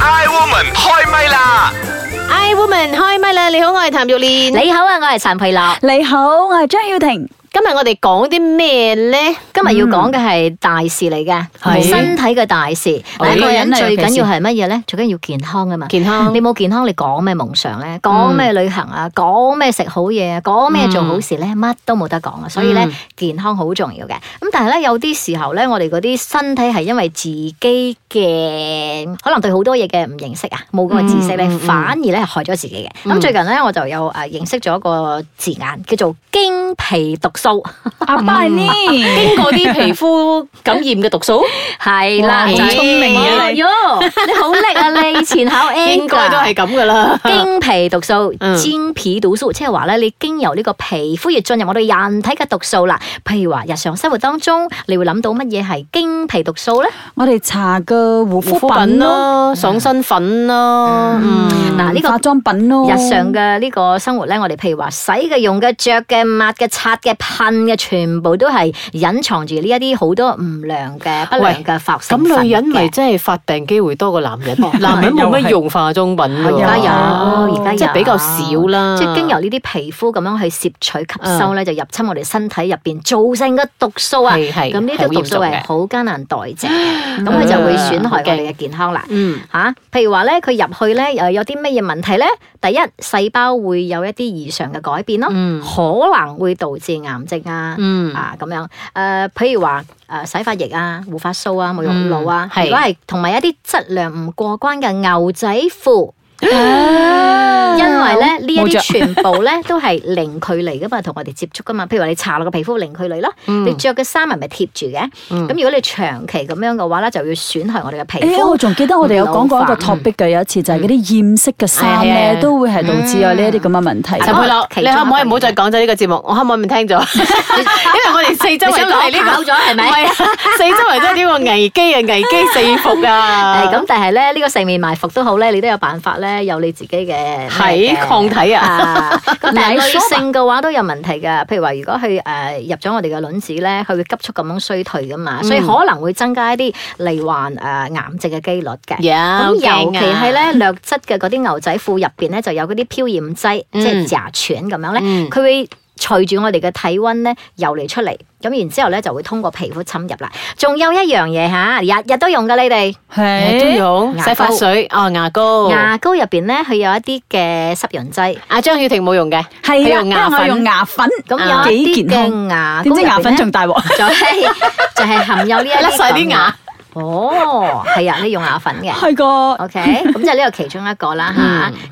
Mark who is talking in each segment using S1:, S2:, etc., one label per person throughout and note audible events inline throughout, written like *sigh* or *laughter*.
S1: Iwoman 開唛啦！
S2: I woman 開唛啦！你好，我係譚玉蓮。
S3: 你好啊，我係陳佩樂。
S4: 你好，我係張曉婷。
S2: 今日我哋講啲咩咧？
S3: 今日要講嘅係大事嚟嘅，
S4: 係
S3: 身體嘅大事。
S4: 哦
S3: 一個人
S4: 女人啊
S3: 最緊要
S4: 尤
S3: 係乜嘢咧？最緊要健康啊嘛。
S2: 健康
S3: 你冇健康，你講咩夢想咧？講咩旅行啊？講咩食好嘢啊？講咩做好事咧？乜都冇得講啊！所以咧
S2: 嗯，
S3: 健康好重要嘅。咁但係咧，有啲時候咧，我哋嗰啲身體係因為自己嘅可能對好多嘢嘅唔認識啊，冇嗰個知識咧
S2: 嗯嗯，嗯
S3: 反而咧係害咗自己嘅。咁最近咧，我就有誒認識咗一個字眼叫做經皮毒素。
S4: 阿爸係呢？
S2: 經過啲皮膚感染嘅毒素，
S3: 係啦，
S4: 哇好聰明啊你
S3: 哎喲你好叻啊！你以前考
S2: *laughs* *laughs*
S3: A
S2: 應該都係咁噶啦。
S3: 經皮毒素
S2: 嗯，
S3: 經皮毒素，即係話咧，你經由呢個皮膚液進入我哋人體嘅毒素啦。譬如話日常生活當中，你會諗到乜嘢係經皮毒素咧？
S4: 我哋搽嘅護膚
S2: *laughs*
S4: 品咯，
S2: 啦，爽身粉啦，
S4: Ừ,
S2: 嗯，
S3: 嗱呢個
S4: 化妝品咯，
S3: 日常嘅呢個生活咧，我哋譬如話洗嘅、用嘅、着嘅、抹嘅、擦嘅、噴嘅，全部都係隱藏住呢一啲好多唔良嘅、不良嘅化學成分
S2: 咁女人
S3: 嘅
S2: 咪真係發病機會多過男人， *laughs* 男人冇乜用化妝品㗎
S3: 而
S2: 喎
S3: 家有，而家有，
S2: 即係比較少啦。
S3: 即係經由呢啲皮膚咁樣去攝取吸
S2: 啊
S3: 收咧，就入侵我哋身體入邊，造成嘅毒素啊。
S2: 係係
S3: 咁呢啲
S2: 好
S3: 毒
S2: 嚴
S3: 素
S2: 重嘅啊
S3: 係好艱難代謝嘅，咁佢就會損害我哋嘅健康啦。
S2: 嗯
S3: 吓、譬如話咧，佢入去咧，又有啲乜嘢問題咧？第一，細胞會有一啲異常嘅改變咯，
S2: 嗯
S3: 可能會導致癌症啊。
S2: 嗯
S3: 啊咁樣，誒、譬如話誒、洗髮液啊、護髮素啊、沐浴露啊，
S2: 嗯係
S3: 如果係同埋一啲質量唔過關嘅牛仔褲。
S2: 啊
S3: 因為咧呢 *laughs* 一
S4: 冇着
S3: 啲全部咧都係零距離噶嘛，同我哋接觸噶嘛。譬如話你搽落個皮膚零距離啦，
S2: 嗯
S3: 你着嘅衫係咪貼住嘅？咁、如果你長期咁樣嘅話咧，就要損害我哋嘅皮
S4: 誒，
S3: 膚
S4: 我。仲記得我哋有講過一個
S3: 老化
S4: topic 嘅，有一次就係嗰啲染色嘅衫
S2: 係
S4: 咧
S2: 係，係
S4: 都會係導致有呢一啲咁嘅問題。
S2: 陳佩樂，
S3: 其
S2: 你
S3: 中一個
S2: 可唔可以唔好再講咗呢個節目？我可唔可以唔聽 *laughs* 咗？因為哎我哋四周圍都係
S3: 你想
S2: 呢
S3: 講跑咗係
S2: 個，
S3: 咪
S2: 唔 *laughs* 係啊，四周圍都係呢個危機啊，危機四伏
S3: *laughs*
S2: 啊，
S3: 哎誒咁，但係咧呢個四面埋伏都好咧，你都有辦法咧，有你自己嘅
S2: 係
S3: 咩嘅
S2: 抗體啊
S4: *laughs*
S3: 啊咁但係
S4: 你
S3: 女
S4: 說吧
S3: 性嘅話都有問題㗎，譬如話如果佢誒入咗我哋嘅卵子咧，佢會急速咁樣衰退㗎
S4: 嗯
S3: 嘛，所以可能會增加一啲罹患誒癌症嘅機率嘅。
S2: 有
S3: 咁尤其
S2: 驚啊
S3: 係咧略質嘅嗰啲牛仔褲入邊咧，就有嗰啲漂染劑，
S2: 嗯
S3: 即係甲醛咁樣咧，
S2: 嗯
S3: 佢會隨住我哋嘅體温咧游離出嚟，咁然之後咧就會通過皮膚侵入啦。仲有一樣嘢嚇，日日都用㗎你哋。
S4: 係
S2: 都有洗
S3: 牙膏
S2: 髮水哦，牙膏。
S3: 牙膏入邊咧，佢有一啲嘅濕潤劑，
S2: 阿張曉婷冇用嘅，佢
S4: 係啦，
S2: 用
S4: 因
S2: 牙
S4: 為我用
S2: 粉。
S4: 牙粉，
S3: 咁有
S4: 啊幾
S3: 一啲
S4: 健康。
S3: 嘅牙膏
S4: 點
S3: 入邊呢
S4: 知牙粉仲大 *laughs* 鑊？
S3: 就係 *laughs* 就係含有呢一
S2: 甩晒啲
S3: 咁
S2: 牙。
S3: 哦，係啊，你用牙粉嘅。
S4: 係個
S3: OK，咁就呢個其中一個啦
S2: 嗯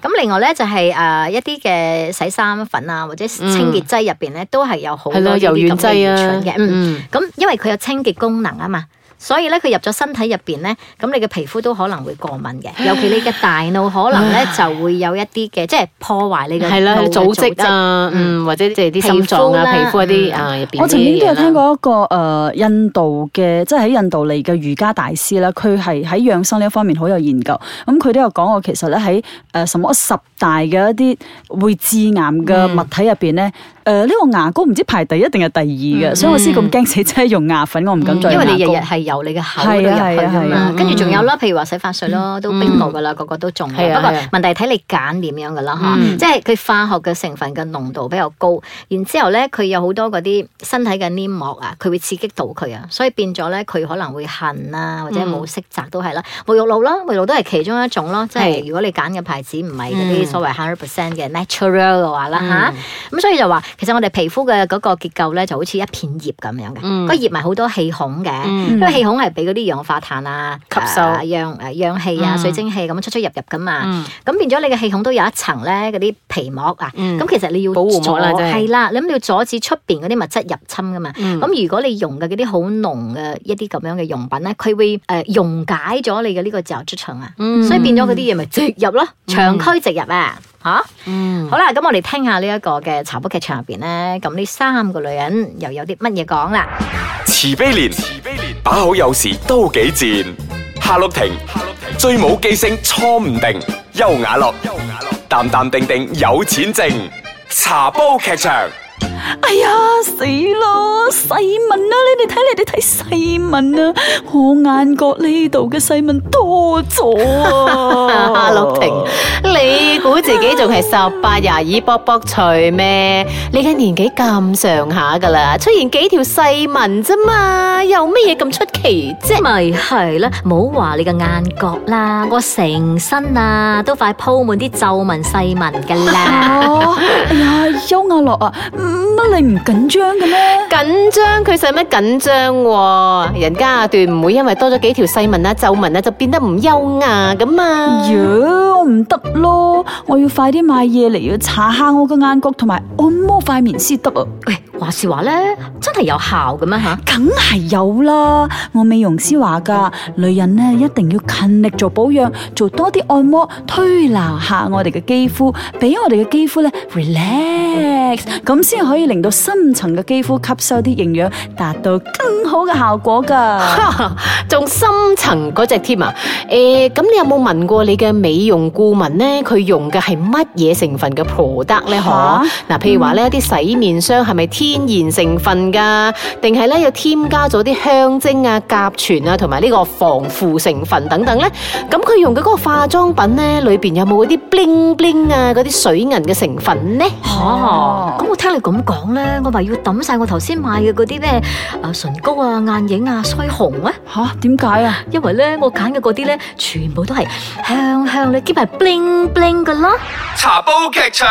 S3: 吓。咁另外咧就係誒一啲嘅洗衫粉啊，或者清潔劑入邊咧都係有好
S2: 係
S3: 多呢
S2: 咯，
S3: 啲
S2: 柔軟
S3: 咁嘅
S2: 劑
S3: 乙
S2: 啊
S3: 醇嘅。，嗯。
S2: 嗯，
S3: 咁因為佢有清潔功能啊嘛，所以咧佢入咗身體入邊咧，咁你嘅皮膚都可能會過敏嘅，尤其你嘅大腦可能咧就會有一啲嘅，即係破壞你嘅
S2: 係啦，
S3: 腦嘅
S2: 組織。啊，嗯，或者即係啲心臟啊、
S3: 皮
S2: 皮
S3: 膚啦
S2: 膚嗰啲
S3: 嗯
S2: 啊入邊
S4: 我曾經都有聽
S2: 聽過。
S4: 過一個誒、呃印度嘅，即係喺印度嚟嘅瑜伽大師啦，佢係喺養生呢一方面好有研究。咁佢都有講過，其實咧喺誒什麼十大嘅一啲呃會致癌嘅
S3: 嗯
S4: 物體入邊咧，誒呢、個牙膏唔知排第一定係第二嘅，所以我先咁驚死，真係用牙粉，我唔敢再
S3: 嗯因
S4: 用
S3: 為你日
S4: 牙
S3: 日
S4: 膏。
S3: 係由你嘅口度入
S4: 係
S3: 去
S4: 啊係
S3: 噶
S4: 啊係
S3: 嘛嗯
S4: 啊，
S3: 跟住仲有啦，譬如話洗髮水咯，都冰過噶啦，個個都中
S2: 係
S3: 嘅。
S2: 啊
S3: 不過
S2: 係啊
S3: 問題睇你揀點樣噶啦嚇，
S2: 嗯
S3: 即係佢化學嘅成分嘅濃度比較高，然之後咧佢有好多嗰啲身體嘅黏膜啊，佢會刺激到佢啊，所以變咗咧佢可能會痕啊，或者冇色澤都係啦。沐浴露啦，沐浴露都係其中一種咯，即係
S2: 係
S3: 如果你揀嘅牌子唔係嗰
S2: 嗯
S3: 啲所謂 hundred percent 嘅 natural 嘅話啦嚇。咁所以就話，其實我哋皮膚嘅嗰個結構咧，就好似一片葉咁樣嘅，
S2: 嗯
S3: 個葉咪好多氣孔嘅，
S2: 嗯
S3: 因為氣孔係俾嗰啲氧化碳啊、
S2: 吸收
S3: 啊氧誒氧氣啊、
S2: 嗯
S3: 水蒸氣咁樣出出入入噶嘛，
S2: 嗯
S3: 咁變咗你嘅氣孔都有一層咧嗰啲皮膜啊，
S2: 嗯
S3: 咁其實你要
S2: 保護膜啦
S3: 阻
S2: 真係
S3: 係啦，你咁你要阻止出邊嗰啲物質入侵噶嘛。
S2: 嗯
S3: 咁如果你用嘅嗰啲好濃嘅一啲咁樣嘅用品咧，佢會誒溶解咗你嘅呢個自由出場啊，
S2: 嗯
S3: 所以變咗嗰啲嘢咪直入咯，長驅直入啊，嚇！
S2: 嗯
S3: 好啦，咁我哋聽下呢一個嘅茶煲劇場入邊咧，咁呢三個女人又有啲乜嘢講啦？
S5: 慈悲蓮，慈悲蓮，把好有時都幾賤。夏綠庭，夏綠庭，最冇記性錯唔定。優雅樂，優雅樂，淡淡定定有錢剩。茶煲劇場，
S4: 哎呀，死咯！細紋啊，你哋睇你哋睇細
S3: *laughs*
S4: 紋啊，我眼角呢度嘅細紋多咗
S2: *laughs*
S3: *laughs*
S4: 啊！
S2: 夏綠庭，你估自己仲係十八廿二卜卜脆咩？你嘅年紀咁上下噶啦，出現幾條細紋啫嘛，有乜嘢咁出奇啫？
S3: 咪係啦，唔好話你個眼角啦，我成身啊都快鋪滿啲皺紋細紋㗎
S4: *laughs*
S3: 啦。
S4: 哦，哎呀，邱亞樂啊，乜你唔緊張嘅咩？
S2: 緊張佢使乜緊張喎？人家阿段唔會因為多咗幾條細紋啊、皺紋啊，就變得唔優雅噶嘛。
S4: 哎呀，我唔得咯，我要快啲買嘢嚟要搽下我個眼角同埋按摩塊面先得啊！
S3: 喂，話時話咧，真係有效嘅咩吓？
S4: 梗係有啦，我美容師話噶，女人呢一定要勤力做保養，做多啲按摩，推拿下我哋嘅肌膚，俾我哋嘅肌膚呢 relax，咁先可以令到深層嘅肌膚吸收啲營養，達到更好嘅效果
S2: *laughs*
S4: 噶。
S2: 仲深層嗰只添啊！诶、咁你有冇問過你嘅美容顧問呢？佢用嘅係乜嘢成分嘅 product 咧？嗬、
S4: 嚇
S2: 嗱，譬如話呢啲洗面霜係咪天然成分㗎？定係咧有添加咗啲香精啊、甲醛啊，同埋呢個防腐成分等等呢？咁佢用嘅嗰個化妝品呢，裏边有冇嗰啲 bling bling 啊、嗰啲水銀嘅成分呢？
S3: 吓，哦咁我聽你咁講咧，我咪要抌晒我頭先買嘅嗰啲咩啊唇膏啊、眼影啊、腮紅啊，
S4: 吓，點解啊？
S3: 因為咧我揀嘅嗰啲咧，全部都係香香咧，兼埋 bling bling 噶啦。
S5: 茶煲劇場。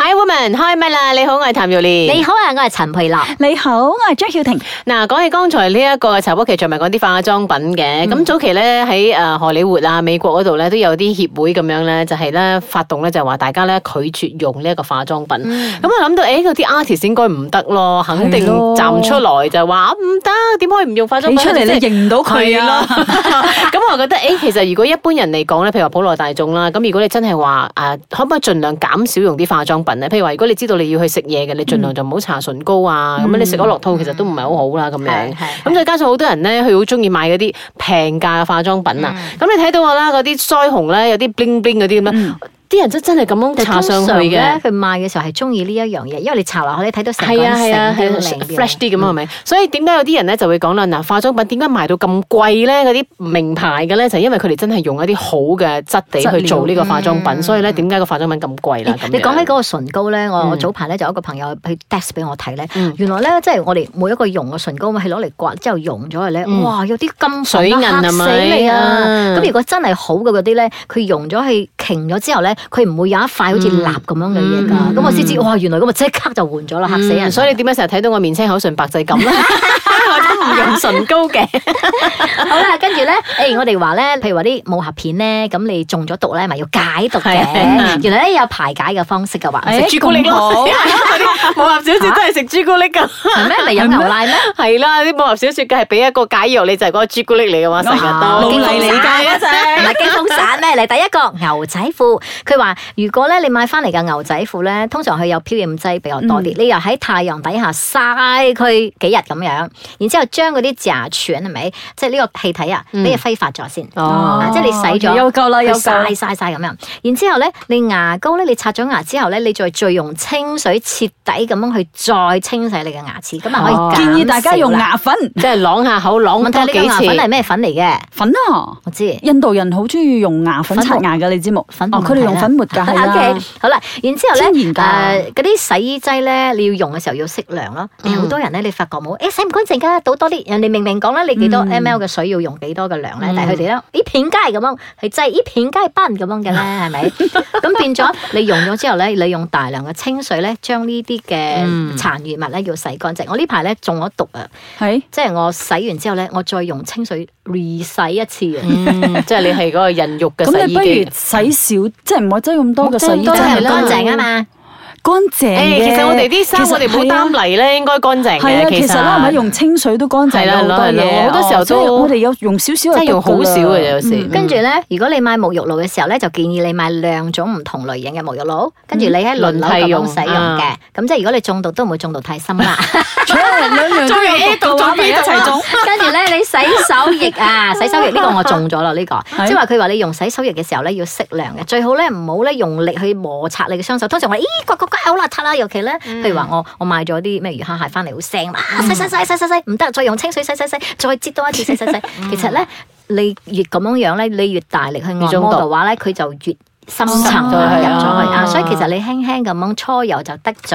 S2: Hi woman，開咪啦！你好，我係譚玉蓮。
S3: 你好啊，我係陳佩樂。
S4: 你好，我係張曉婷。
S2: 嗱，講起剛才呢一個茶煲劇場，咪講啲化妝品嘅。
S4: 嗯
S2: 咁、早期咧喺誒荷里活啊、美國嗰度咧都有啲協會咁樣咧，就係咧發動咧就話大家咧拒絕用呢一個化妝品。咁、我諗到誒嗰啲 artist 應該唔得咯，肯定
S4: 嗯係咯
S2: 站出來就話啊唔得，點可以唔用化妝
S4: 企
S2: 品？
S4: 出嚟
S2: 即
S4: 你
S2: 係
S4: 認唔到佢 *laughs* 啊！
S2: 係咯咁我覺得，誒、其實如果一般人嚟講咧，譬如話普羅大眾啦，咁如果你真係話誒，可唔可以盡量減少用啲化妝品咧？譬如話，如果你知道你要去食嘢嘅，你盡
S4: 嗯
S2: 量就唔好搽唇膏啊，咁、樣你食咗落肚其實都唔係好好啦，咁樣
S3: 係係。
S2: 咁再加上好多人咧，佢好中意買嗰啲平價嘅化妝品啊。
S4: 嗯
S2: 咁、你睇到我啦，嗰啲腮紅咧，有啲 bling bling 嗰啲咁樣，啲人真真係咁樣搽上去
S3: 通常
S2: 嘅
S3: 咧。佢賣嘅時候係中意呢一樣嘢，因為你搽落去你睇到成個
S2: 係
S3: 人
S2: 啊係啊
S3: 成
S2: 係
S3: 條
S2: 啊
S3: 靚啲
S2: ，fresh 啲咁啊，係咪？所以點解有啲人咧就會講啦，嗱，化妝品點解賣到咁貴咧？嗰啲名牌嘅咧，就係因為佢哋真係用一啲好嘅質地
S4: 質料
S2: 去做呢個化妝品，所以咧點解個化妝品咁貴啦？咁
S3: 嗯你講起嗰
S2: 個
S3: 個唇膏咧，我我
S2: 嗯
S3: 早排咧就有一個朋友去 test 俾我睇咧
S2: 嗯，
S3: 原來咧即係我哋每一個用嘅唇膏係攞嚟刮之後用咗嘅咧
S2: 嗯，
S3: 哇有啲金
S2: 水
S3: 水
S2: 銀
S3: 銀
S2: 係咪
S3: 嚇死你啊！
S2: 啊
S3: 咁如果真係好嘅嗰啲咧，佢用咗係瓊咗之後咧，佢唔會有一塊好似蠟咁樣嘅嘢
S2: 嗯
S3: 㗎，咁我先知哇原來咁啊即刻就換咗啦，嚇死人！
S2: 所以你點解成日睇到我面青口唇白滯咁
S3: *laughs*
S2: 咧？ *laughs* 我都唔用唇膏嘅，
S3: 好啦，跟
S2: *laughs*
S3: 住咧，誒，我哋話咧，譬如話啲武俠片咧，咁你中咗毒咧，咪要解毒嘅
S2: 係。啊哎
S3: 原來咧有排解嘅方式嘅話，
S4: 誒
S3: 食
S2: 朱古力咯，*laughs* 武
S4: 咁
S2: 俠小説都係食朱古力噶。
S3: 係
S2: *laughs*
S3: 咩？咪飲牛奶咩？
S2: 係啦，啲武俠小説嘅係俾一個解藥你，就係嗰個朱古力嚟嘅嘛，成日
S4: 啊
S2: 都
S4: 老
S3: 驚
S4: 泥嚟
S3: 風
S4: 㗎
S3: 散
S4: 嗰
S3: 唔
S4: 隻
S3: 係驚風
S2: *laughs*
S3: 散咩？嚟第一個牛仔褲，佢話如果咧你買翻嚟嘅牛仔褲咧，通常佢有漂染劑比較多
S2: 嗯
S3: 啲，你又喺太陽底下曬佢幾日咁樣，然之後將嗰啲甲醛係咪，即係呢個氣體啊，俾佢揮發咗先。
S2: 嗯哦
S3: 啊即係你洗咗
S4: 有夠啦，有
S3: 佢
S4: 夠啦
S3: 曬曬曬咁樣，然之後咧，你牙膏咧，你刷咗牙之後咧，你再再用清水徹底咁樣去再清洗你嘅牙齒，咁啊可以
S2: 哦
S3: 減
S4: 建議大家用
S3: 少啦。
S4: 牙粉
S2: 即係啷下口，啷多
S3: 問題你
S2: 幾
S3: 個牙粉
S2: 次
S3: 係。咩粉嚟嘅？
S4: 粉啊！
S3: 我知。
S4: 印度人好中意用牙粉
S3: 粉
S4: 刷
S3: 末
S4: 牙㗎，你知冇？
S3: 粉末
S4: 哦，佢哋用粉末㗎，
S3: *laughs*
S4: 係
S3: O
S4: 啦
S3: K，。好啦，然之後咧，
S4: 天然
S3: 誒
S4: 㗎
S3: 嗰啲洗衣劑咧，你要用嘅時候要適量咯。
S2: 嗯
S3: 好多人咧，你發覺冇，誒洗唔乾淨㗎，倒多啲。人哋明明講啦，你幾多
S4: 嗯
S3: M L 嘅水要用幾多嘅量咧
S2: 嗯，
S3: 但係佢哋咧，一片街咁樣，係真係一片街班咁樣嘅咧，係咪？咁變咗你用咗之後咧，你用大量嘅清水咧，將呢啲嘅
S2: 嗯
S3: 殘餘物咧要洗乾淨。我呢排咧中咗毒啊，
S4: 係
S3: 即係我洗完之後咧，我再用清水 re 洗一次啊。
S2: 嗯，即係你係嗰個孕育嘅
S4: 咁
S2: 洗
S4: 你
S2: 衣
S4: 不如
S2: 機。
S4: 洗少，即係唔好擠咁多
S2: 冇擠
S4: 嘅洗
S2: 咁
S4: 衣
S2: 多真係
S3: 都係唔
S4: 劑
S2: 啦
S3: 乾
S4: 啦，
S3: 淨啊嘛。
S4: 乾
S2: 誒，
S4: 淨嘅。
S2: 其實我哋啲衫
S4: 其實
S2: 我哋冇
S4: 係啊
S2: 擔泥咧，應該乾淨
S4: 係
S2: 嘅。
S4: 啊，其實啦，係咪用清水都乾淨咗好多
S2: 係啦係啦
S4: 嘢？
S2: 好多時候都
S4: 所以我哋有用少
S2: 即
S4: 少就
S2: 係用好
S4: 得㗎啦
S2: 少嘅
S4: *laughs*
S2: 啫有時。嗯
S4: 嗯
S3: 跟住咧，如果你買沐浴露嘅時候咧，就建議你買兩種唔同類型嘅沐浴露，跟住你喺輪流
S2: 輪替
S3: 咁
S2: 用
S3: 樣使用嘅
S2: 啊。
S3: 咁即係如果你中毒都唔會中毒太深啦。
S4: 切兩樣都有毒嘅話，咪一齊種。
S3: 跟住咧，你洗手液啊，洗手液呢個我中咗啦，呢個
S4: 係
S3: 即係話佢話你用洗手液嘅時候咧要適量嘅，最好咧唔好咧用力去摩擦你嘅雙手。通常我哋咦刮刮仆街好邋遢啦。尤其咧，譬如話我我買咗啲咩魚蝦蟹翻嚟好腥啦，啊洗洗洗洗洗洗，唔得，再用清水洗洗洗，再擠多一次洗洗洗。其實咧，你越咁樣樣咧，你越大力去按摩
S2: 中毒
S3: 嘅話咧，佢就越。深層
S2: 深咗
S3: 入
S2: 去啊
S3: 咗去啊，所以其實你輕輕咁樣搓油就得咗，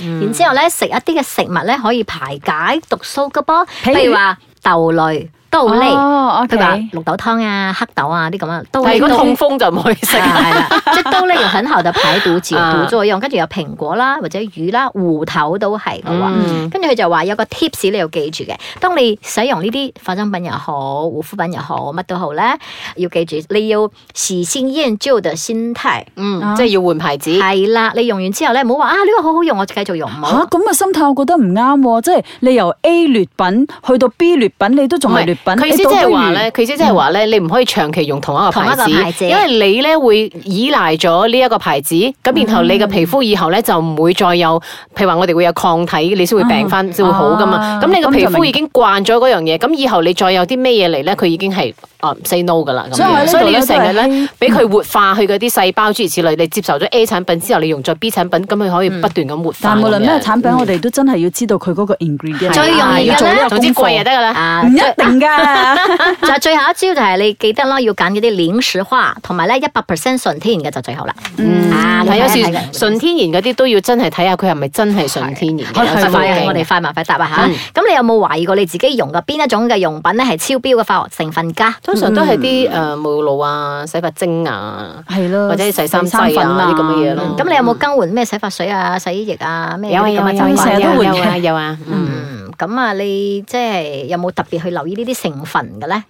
S2: 嗯
S3: 然之後咧食一啲嘅食物咧可以排解毒素嘅噃，
S4: 譬如
S3: 譬如話豆類、豆類，
S4: 哦
S3: 譬如話
S4: Ờ, ，OK，
S3: 綠豆湯啊、黑豆啊啲咁啊，
S4: 嗯
S3: 都
S2: 但係如果
S3: 都
S2: 痛風就唔可以食。
S3: 啊係啦，即係都咧有很好的排毒
S2: *laughs*
S3: 解
S2: 啊
S3: 毒作用，跟住有蘋果啦，或者魚啦、芋頭都係嘅話。
S2: 嗯
S3: 跟住佢就話有個 tips 你要記住嘅，當你使用呢啲化妝品又好、護膚品又好，乜都好咧，要記住你要時先驗照嘅心態。
S2: 嗯，即係要換牌子。
S3: 係啦，你用完之後咧，唔好話啊呢、個好好用，我繼續用唔
S4: 吓
S3: 好。
S4: 咁嘅心態，我覺得唔啱喎。即係你由 A 劣品去到 B 劣品，你都仲係劣品。
S2: 佢意思
S4: 你
S2: 即
S4: 倒不嗯
S2: 係
S4: 如
S2: 話咧，佢意思即係話咧，你唔可以長期用同一個牌
S3: 同一個牌
S2: 子，
S3: 子
S2: 因為你咧會依賴咗呢一個牌子，咁
S4: 嗯
S2: 然後你嘅皮膚以後咧就唔會再有，譬如話我哋會有抗體，你先會病翻，先會好噶嘛
S4: 啊。
S2: 咁你嘅
S4: 咁
S2: 皮
S4: 就明
S2: 膚已經慣咗嗰樣嘢，咁以後你再有啲咩嘢嚟咧，佢已經係啊 say no 噶啦。咁
S4: 所以我
S2: 樣
S4: 呢度
S2: 所以你要成日
S4: 咧都係
S2: 咧
S4: 希
S2: 俾佢活化佢嗰啲細胞諸如此類。你接受咗 A 產品之後，你用咗 B 產品，咁佢可以不斷咁活化。
S4: 嗯但係無論
S2: 咁樣嗯
S4: 咩產品，我哋都真係要知道佢嗰個 ingredient À,
S3: 最容易嘅
S4: 要做呢
S3: 咧
S4: 個
S2: 總之
S4: 功課
S2: 貴就得噶啦。
S3: 啊
S4: 唔
S3: *laughs*
S4: 一定㗎。
S3: 就最後一招就係你記得啦，要揀嗰啲零食花，同埋咧一百 percent 純天然嘅就最好啦。
S4: 嗯
S3: 啊你
S2: 係
S3: 睇
S2: 有
S3: 一睇
S2: 時
S3: 嘅
S2: 純天然嗰啲都要真係睇下佢係咪真係純天然嘅，
S4: 係
S2: 有
S4: 係
S2: 時
S4: 係
S2: 會
S3: 快啊！
S2: 驚
S3: 我哋快慢快答啊吓！咁你有冇懷疑過你自己用嘅邊一種嘅用品咧係超標嘅化學成分㗎？
S2: 通常都係啲誒沐浴露啊、洗髮精啊，
S4: 係咯，
S2: 或者洗衫劑啊
S4: 洗衫粉
S2: 啲咁嘅嘢咯
S4: 嗯
S3: 咁你有冇更換咩洗髮水啊、洗衣液啊咩
S2: 有啊
S3: 啲
S2: 有
S3: 咁
S2: 啊
S3: 嘅
S2: 有啊
S3: 習
S4: 成
S3: 慣
S2: 有
S4: 日都
S2: 啊
S4: 會
S2: 有
S4: 嘅
S2: 啊有啊，嗯。
S3: 嗯，咁啊，你即係有冇特別去留意呢啲成分嘅咧？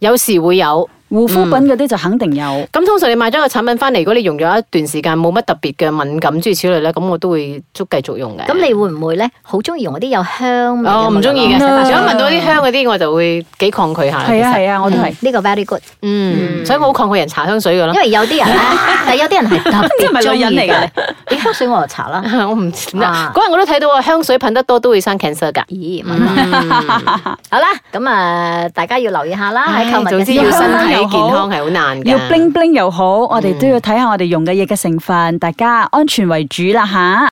S2: 有時會有。
S4: 護膚品嗰啲就肯定有。
S2: 咁通常你買咗個產品翻嚟，如果你用咗一段時間冇乜特別嘅敏感諸如此類咧，咁我都會足繼續用嘅。哦
S3: 咁你會唔會咧好中意用嗰啲有香味嘅
S2: 我唔中意嘅，如
S3: 沐浴露
S2: 果
S3: 啊
S4: No
S2: 聞到啲香嗰啲，我就會幾抗拒下。
S4: 係啊
S2: 其實
S4: 係啊，我都係。
S3: 呢個 very good，
S2: 嗯，所以我好抗拒人搽香水噶咯
S3: 因。為有啲人
S4: *laughs*
S3: 咧，但係有啲人係特
S4: 即係咪
S3: 別中
S4: 女
S3: 意
S4: 人嚟㗎
S3: 嘅。你香水我就
S4: *laughs*
S3: 搽啦。
S2: 我唔知
S3: 啊
S2: 嗰日我都睇到啊，香水噴得多都會生 cancer 㗎。
S3: 咦，
S4: 嗯
S3: 問啦好啦，咁啊，大家要留意下啦，喺購物
S2: 總
S3: 嘅
S2: 之
S3: 時
S2: 要
S3: 候
S2: 身
S3: 啦
S2: 體健康係好難嘅。
S4: 要 bling bling 又好，我哋都要睇下我哋用嘅嘢嘅成分，大家安全為主啦吓。